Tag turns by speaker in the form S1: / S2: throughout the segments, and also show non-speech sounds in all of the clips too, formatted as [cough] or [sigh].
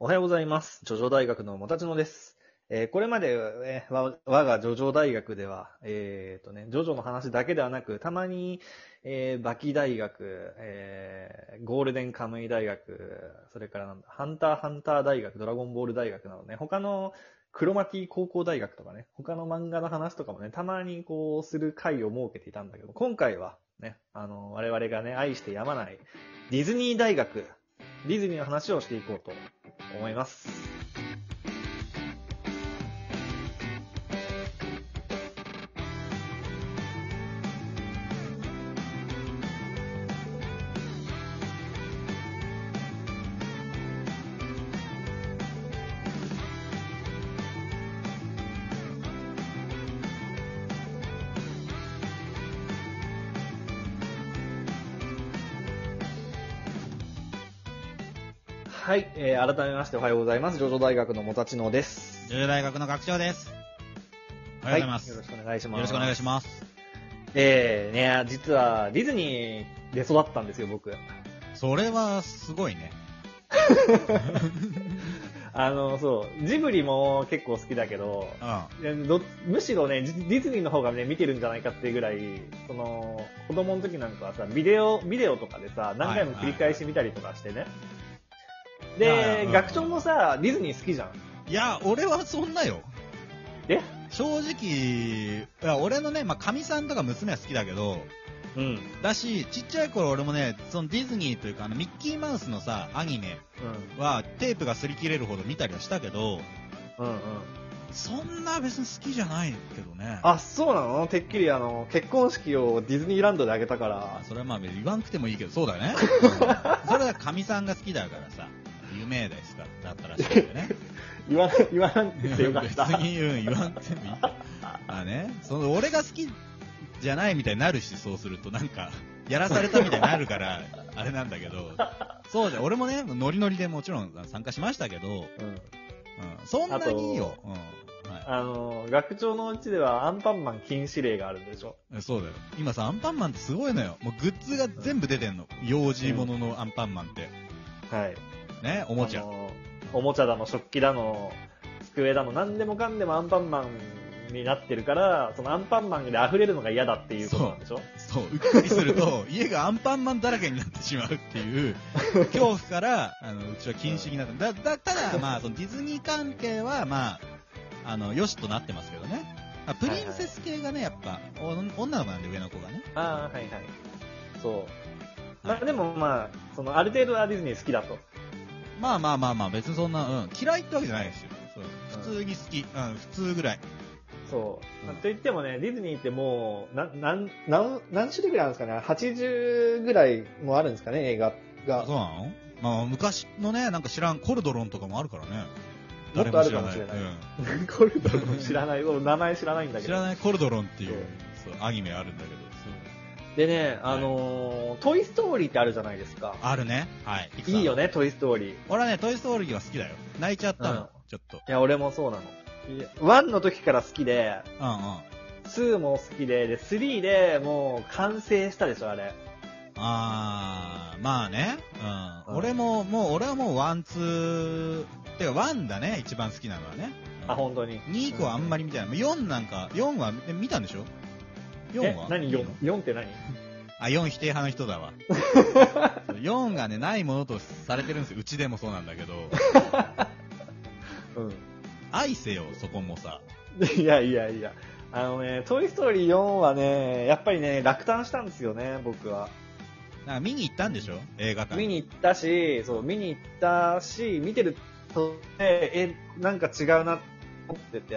S1: おはようございます。ジョジョ大学のもたちのです。えーこれまで、えーわ我がジョジョ大学では、えーとね、ジョジョの話だけではなく、たまに、えーバキ大学、えーゴールデンカムイ大学、それからなんだ、ハンターハンター大学、ドラゴンボール大学などね、他のクロマティ高校大学とかね、他の漫画の話とかもね、たまにこうする会を設けていたんだけど、今回はね、あの、我々がね、愛してやまないディズニー大学、ディズニーの話をしていこうと思います。はい、えー改めましておはようございます。ジョジョ大学のもたちのです。
S2: ジョジョ大学の学長です。おはようございます。
S1: は
S2: よ
S1: よろしくお願いします。
S2: ろしくお願いします。
S1: ます。えー、ね、実はディズニーで育ったんですよ、僕。
S2: それはすごいね。
S1: あの、そう、ジブリも結構好きだけど、
S2: うん。
S1: いやどむしろね、ジディズニーの方がね、見てるんじゃないかっていうぐらい、その、子供の時なんかはさ、ビデオ、ビデオとかでさ、何回も繰り返し見たりとかしてね。
S2: はいはいはい
S1: で、学長もさ、ディズニー好きじゃん。
S2: いや、俺はそんなよ。
S1: え
S2: 正直、いや俺のね、まあ、かみさんとか娘は好きだけど、
S1: うん。うん。
S2: だし、ちっちゃい頃俺もね、そのディズニーというか、あの、ミッキーマウスのさ、アニメは、テープが擦り切れるほど見たりはしたけど、
S1: うんうん。
S2: そんな別に好きじゃないけどね。
S1: あ、そうなのてっきりあの、結婚式をディズニーランドであげたから
S2: あ、それはまあ言わんくてもいいけど、そうだよ
S1: [laughs]
S2: ね。うんそれはかみさんが好きだからさ、有名ですかだったらしいんだよね。
S1: 言わ、 [laughs] 言わなくてよかった。
S2: 別にうん言わんでもいい。まあね、その俺が好きじゃないみたいになるし、そうするとなんか、やらされたみたいになるから、あれなんだけど、そうじゃん、俺もね、ノリノリでもちろん参加しましたけど、
S1: うん。
S2: うん、そんなにいいよ。うんは
S1: あの、学長のうちではアンパンマン禁止令があるんでしょ
S2: い、そうだよ。今さ、アンパンマンってすごいのよ。もうグッズが全部出てんの。用事もののアンパンマンって。
S1: はい。
S2: ね、お
S1: お
S2: もちゃ。。
S1: おもちゃだの、食器だの、机だの、何でもかんでもアンパンマンになってるから、そのアンパンマンで溢れるのが嫌だっていうことなんでしょ
S2: そう、うっかりする [laughs] と、家がアンパンマンだらけになってしまうって [laughs] いう、恐怖から、あの、うちは禁止になった。だ、だ、ただ、まあ、そのディズニー関係は、まあ、あの、よしとなってますけどね。あプリンセス系がね、やっぱ、お女の子なんで上の子がね。
S1: ああ、はいはい。そう。ま
S2: は
S1: あ
S2: い
S1: でもまあ、その、ある程度はディズニー好きだと。
S2: まあまあまあまあ、別にそんな、うん、嫌いってわけじゃないですよ。そう、普通に好き。うん、普通ぐらい。
S1: そう。
S2: うん
S1: と言ってもね、ディズニーってもう、な、なん、何、何種類ぐらいあるんですかね ?80 ぐらいもあるんですかね映画
S2: そ
S1: が
S2: うな。のまあ、昔のね、なんか知らん、コルドロンとかもあるからね。
S1: もっとあるかもしれない
S2: 誰も知らうん
S1: コルドン知らない。俺名前知らないんだけど。
S2: 知らないコルドロンっていう
S1: うん
S2: そうアニメあるんだけどそう
S1: でね、あのートイストーリーってあるじゃないですか。
S2: あるねはいピクサー
S1: いいよね、トイストーリー。い
S2: 俺はね「トイ・ストーリー」は好きだよ泣いちゃったの、
S1: うん
S2: ちょっと
S1: や、俺もそうなの。いや1の時から好きで、
S2: うんうんあ
S1: 2も好きで、で、3でもう完成したでしょ、あれ。
S2: あーまあね、う
S1: うん
S2: ん、俺ももう俺はもうワンツーてかワンだね一番好きなのはね、
S1: あ、本当に。
S2: 2以降はあんまり見てない、4なんか4はえ見たんでしょ4
S1: え
S2: は、
S1: 何 4? 4って何
S2: あ4否定派の
S1: [laughs]
S2: 人だわ4がねないものとされてるんですようちでもそうなんだ
S1: [laughs]
S2: けど
S1: う
S2: 愛せよそこもさ
S1: [laughs] ん。いやいやいや。あのね、トイストーリー4はね、やっぱりね、落胆したんですよね、僕は。
S2: なんか見に行ったんでしょ映画館
S1: 見に行ったし、そう、見に行ったし、見てると、え、えなんか違うな、思ってて。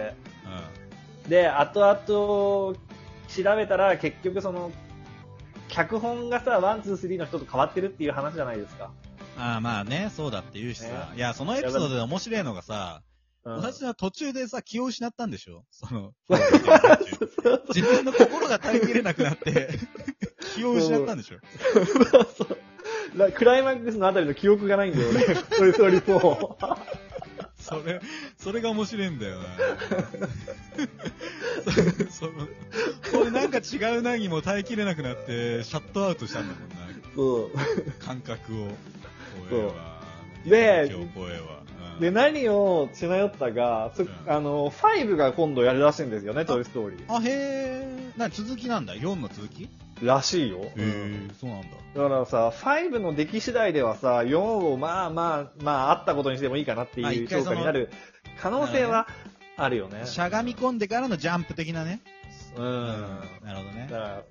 S2: う
S1: で、後々調べたら結局その、脚本がさ、ワン、ツー、スリーの人と変わってるっていう話じゃないですか。
S2: ん。ああ、まあね、そうだって言うしさ。いや、そのエピソードで面白いのがさ、
S1: うん、
S2: 私は途中でさ、気を失ったんでしょそ
S1: [laughs]
S2: の、
S1: そう
S2: 自分の心が耐えきれなくなって、気を失ったんでしょ
S1: そう [laughs] そうらクライマックスのあたりの記憶がないんだよね。 [laughs] それそれもう。
S2: それ、それが面白いんだよな。そそのこれなんか違うなにも耐えきれなくなって、シャットアウトしたんだもんな、
S1: [laughs] そ
S2: 感覚を。
S1: そう
S2: 怖えわ
S1: で
S2: 今日怖えわ。
S1: う。で、何を血迷ったが、そ
S2: うん
S1: あの、5が今度やるらしいんですよね、トイストーリー。
S2: あ、へえ。な、続きなんだ ?4 の続きへ
S1: らしいよ。うん
S2: え、そうなんだ。
S1: だからさ、5の出来次第ではさ、4をまあまあ、まああったことにしてもいいかなって
S2: まあ
S1: いう
S2: 一回
S1: 評
S2: そ
S1: 価
S2: の
S1: になる可能性はあるよね。
S2: しゃがみ込んでからのジャンプ的なね。
S1: う。
S2: うんなるほど
S1: だ
S2: ね
S1: か。ら、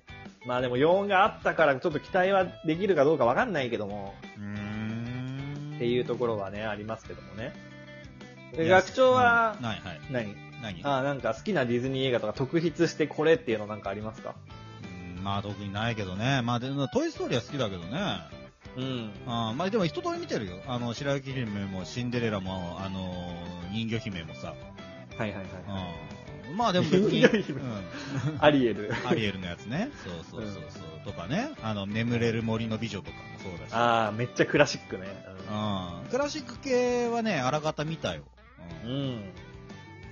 S1: まあでも4があったからちょっと期待はできるかどうかわかんないけども、
S2: うーん。
S1: っていうところはね、ありますけどもね。で
S2: いや
S1: 学長は
S2: うん、はいはい。
S1: 何
S2: 何
S1: あなんか好きなディズニー映画とか特筆してこれっていうのなんかありますか
S2: うんまあ特にないけどね。まあでも、トイストーリーは好きだけどね。
S1: うん。
S2: あまあでも一通り見てるよ。あの、白雪姫もシンデレラも、あの、人魚姫もさ。
S1: はいはいはい。
S2: うんまあでも別に、
S1: 人魚姫
S2: うん [laughs]
S1: アリエル。
S2: アリエルのやつね。そうそうそうそう。とかね。あの、眠れる森の美女とかもそうだし。
S1: ああ、めっちゃクラシックね。
S2: うんクラシック系はね、あらがた見たよ。
S1: う。
S2: うん
S1: うん
S2: ん。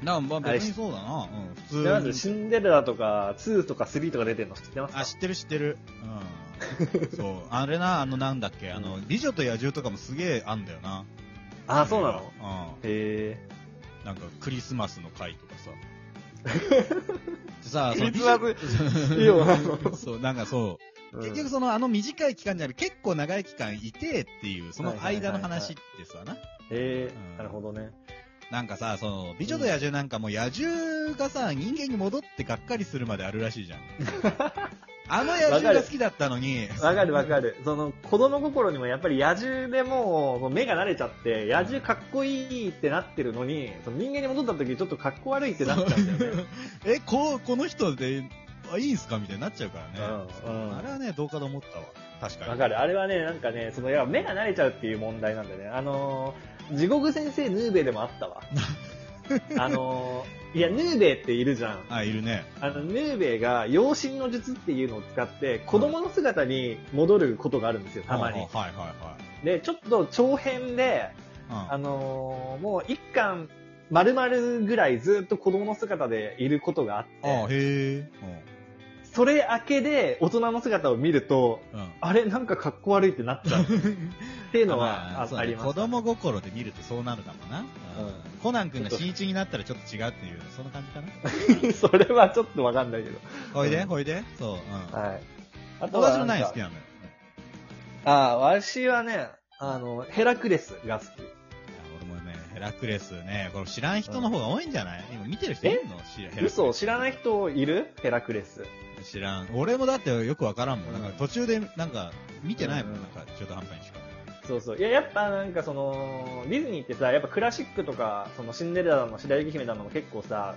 S2: なんまあ別にそうだな。うん、普
S1: でまず、
S2: 通
S1: シンデレラとか、2とか3とか出てるの知ってますか
S2: あ、知ってる知ってる。うん。
S1: [laughs]
S2: そう。あれな、あの、なんだっけ、あの、美女と野獣とかもすげえあんだよな。
S1: あ、そうなの
S2: う
S1: へ
S2: ん。なんか、クリスマスの回とか
S1: [laughs]
S2: さ。さ
S1: え。
S2: あ、そ
S1: ク
S2: の
S1: リ
S2: 美
S1: スマ
S2: 女、
S1: スいいよな。
S2: そう、なんかそう。
S1: うん
S2: 結局そのあの短い期間じゃなくて結構長い期間いてっていう、その間の話ってさな。
S1: へ
S2: うん
S1: え、なるほどね。
S2: なんかさ、その、美女と野獣なんかも野獣がさ、人間に戻ってがっかりするまであるらし
S1: [laughs]
S2: いじゃん。あの野獣が好きだったのに、
S1: わかるわかる。その、子供心にもやっぱり野獣でもう、もう目が慣れちゃって、野獣かっこいいってなってるのに、その人間に戻った時ちょっとかっこ悪いってなっちゃうんだよね。
S2: え、こう、この人で、あ、いいんすかみたいになっちゃうからね。
S1: うんうん
S2: あれはね、どうかと思ったわ。確かに。
S1: わかる。あれはね、なんかね、その、いや、目が慣れちゃうっていう問題なんだよね。あのー、地獄先生ヌーベイでもあった
S2: [laughs]
S1: わ。あのー、いや、ヌーベイっているじゃん。
S2: あ、いるね。
S1: あの、ヌーベイが、養子の術っていうのを使って、子供の姿に戻ることがあるんですよ、たま
S2: は
S1: に。
S2: あはいは
S1: で、ちょっと長編で、
S2: いはい。
S1: あのーもう一巻、丸々ぐらいずっと子供の姿でいることがあっ
S2: うん。あ、へ
S1: て、
S2: え。
S1: それ明けで大人の姿を見ると、
S2: うん。うん
S1: あれ、なんかかっこ悪いってなっ [laughs] ちゃう。っていうのはあ
S2: そう
S1: あ
S2: だね
S1: ります。
S2: 子供心で見るとそうなるかもな。
S1: うん
S2: コナン君が新一になったらちょっと違うっていう、そんな感じかな。
S1: [laughs] それはちょっとわかんないけど。
S2: ほいで、
S1: うん
S2: ほいで。そう。うん。
S1: はい。あとは
S2: 私も何好き
S1: な
S2: なのよ。
S1: んかあ、私はね、あの、ヘラクレスが好き。
S2: いや俺もね、ヘラクレスね、これ知らん人の方が多いんじゃない、今見てる人いるの知らヘラクレス
S1: 嘘知らない人いるヘラクレス。
S2: 知らん。俺もだってよくわからんもん。なんか途中で、なんか、見てないもん。
S1: うん
S2: なんか、中途半端にしか。
S1: そうそう。いや、やっぱなんかその、ディズニーってさ、やっぱクラシックとか、そのシンデレラの白雪姫だのも結構さ、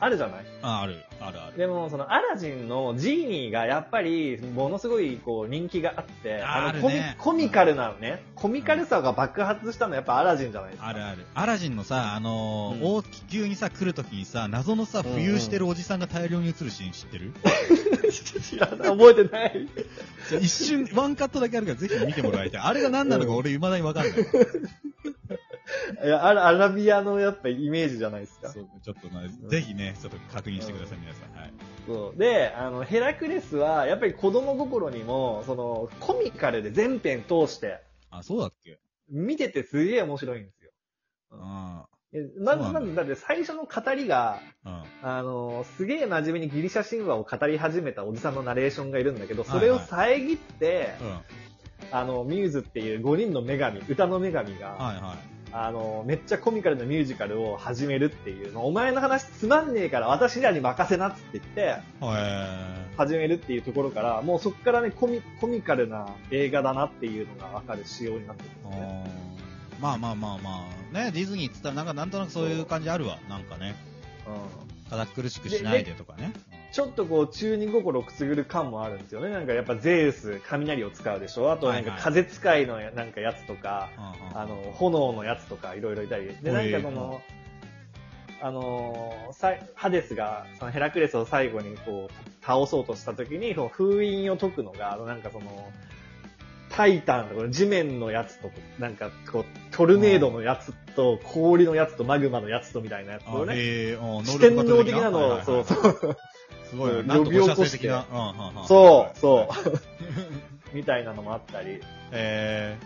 S1: あるじゃない
S2: あ、ある、あるある。
S1: でも、その、アラジンのジーニーがやっぱり、ものすごい、こう、人気があって、
S2: あ
S1: の
S2: ある
S1: コミ
S2: ね、
S1: コミカルなのね、コミカルさが爆発したのはやっぱアラジンじゃないですか。
S2: あるある。アラジンのさ、あの
S1: うん
S2: ー大気球にさ、来るときにさ、謎のさ、
S1: うんうん
S2: 浮遊してるおじさんが大量に映るシーン
S1: [laughs]
S2: 知ってる、
S1: 知らない、覚えてない。
S2: 一瞬、ワンカットだけあるからぜひ見てもらい
S1: [laughs]
S2: たい。あれが何なのか俺未だにわかんない。
S1: いや、アラアラビアのやっぱイメージじゃないですか。そ
S2: そううちょっとな、ぜひね、ちょっと確認してください、皆さん。はい。
S1: で、あの、ヘラクレスは、やっぱり子供心にも、その、コミカルで全編通して、
S2: あ、そうだっけ
S1: 見ててすげえ面白いんですよ。
S2: うん。
S1: えま
S2: そう
S1: ず、ま
S2: なん
S1: ず、だって最初の語りが、
S2: うん。
S1: あの、すげえ真面目にギリシャ神話を語り始めたおじさんのナレーションがいるんだけど、それを遮って、
S2: うん。はい
S1: あの、ミューズっていう5人の女神、歌の女神が、
S2: はい。
S1: あの、めっちゃコミカルなミュージカルを始めるっていう、お前の話つまんねえから私らに任せなっつって言って、
S2: へ
S1: 始めるっていうところから、もうそこからね、コミコミカルな映画だなっていうのがわかる仕様になってるんですね。
S2: ーまあまあまあまあ。ね、ディズニーっつったらなんかなんとなくそういう感じあるわ。なんかね。
S1: うん
S2: 堅苦しくしないでとかね。
S1: ちょっとこう、中二心をくすぐる感もあるんですよね。なんかやっぱゼウス、雷を使うでしょあとなんか
S2: はいはい
S1: 風使いのやなんかやつとか、
S2: うんうん
S1: あの、炎のやつとかいろいろいたり。で、なんかその、あのーさいハデスが、そのヘラクレスを最後にこう、倒そうとした時に、その封印を解くのが、あのなんかその、タイタンとか、地面のやつと、なんかこう、トルネードのやつと、氷のやつと、マグマのやつとみたいなやつを
S2: あ
S1: ね、
S2: へーうん
S1: 四天王的な
S2: はい
S1: の
S2: はい
S1: を、
S2: はい
S1: そうそう、
S2: すごいな。
S1: 呼び
S2: なん
S1: 起こ
S2: とか射精的な
S1: し
S2: うんうんうん
S1: [laughs] そう、そう、みたいなのもあったり。
S2: へ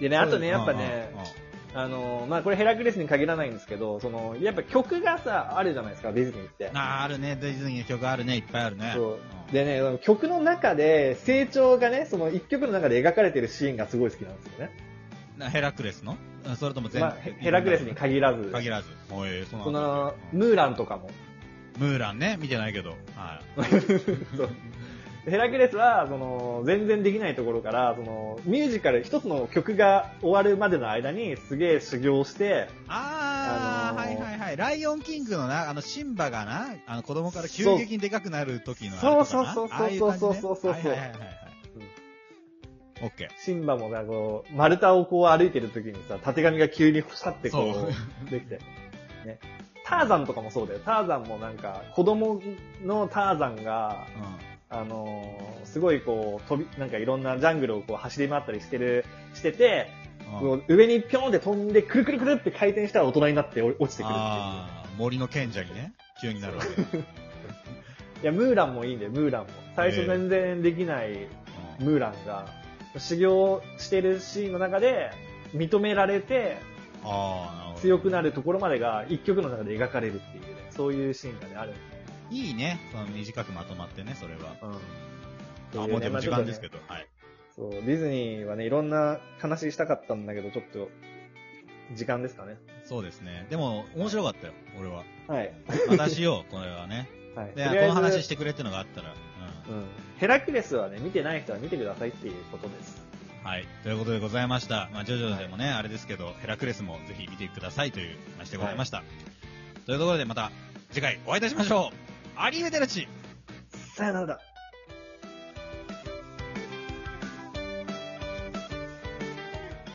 S1: でね、あとね、やっぱね、
S2: うんうんうん
S1: あの、まあ、これヘラクレスに限らないんですけど、その、やっぱ曲がさ、あるじゃないですか、ディズニーって。
S2: あーあるね、ディズニーの曲あるね、いっぱいあるね。
S1: そう。でね、曲の中で成長がね、その一曲の中で描かれてるシーンがすごい好きなんですよね。
S2: うんなヘラクレスのあそれとも全
S1: まあ、ヘヘラクレスに限らず、
S2: 限らず。おいそう
S1: そ
S2: なんだ
S1: の、
S2: うん
S1: ムーランとかも。
S2: ムーランね、見てないけど。は
S1: そうヘラクレスは、その、全然できないところから、その、ミュージカル、一つの曲が終わるまでの間に、すげえ修行して、
S2: い。あー、
S1: あのー
S2: はいはいはい。ライオンキングのな、あの、シンバがな、あの、子供から急激にでかくなる時のあれとかな
S1: そうそうそうそう
S2: ああい感じね
S1: そうそうそうそう
S2: はいはいはいはいはい。オッケ
S1: シンバもさ、こう、丸太をこう歩いてる時にさ、縦紙が急にふさってこ
S2: そう
S1: う、できて。ね。ターザンとかもそうだよ。ターザンもなんか、子供のターザンが、
S2: ー。うん。
S1: あのーすごいこう、飛び、なんかいろんなジャングルをこう走り回ったりしてる、してて、
S2: うん
S1: こう上にピョンって飛んで、くるくるくるって回転したら大人になってお落ちてくるっていう。
S2: あー、森の賢者にね、急になるわけだ。うん
S1: いや、ムーランもいいんだよ、ムーランも。最初全然できないムーランが、修行してるシーンの中で、認められて、
S2: あー、なるほど。
S1: 強くなるところまでが一曲の中で描かれるっていうね、そういうシーンがね、ある。
S2: いいね。その短くまとまってね、それは。
S1: うん。
S2: あ、もうでも時間ですけ
S1: ど。
S2: ど。はい。
S1: そう、ディズニーはね、いろんな話したかったんだけど、ちょっと、時間ですかね。
S2: そうですね。でも、面白かったよ、俺は。
S1: はい。
S2: 私よう、これはね。
S1: はい。。
S2: で、この話しててくれってのがあったら。う
S1: うん。ヘラクレスはね、見てない人は見てくださいっていうことです。
S2: ん。はい。ということでございました。まあ、ジョジョでもね、あれですけど、ヘラクレスもぜひ見てくださいという話でございました。というところで、また次回お会いいたしましょう。アリーベデラチ
S1: さよならだ。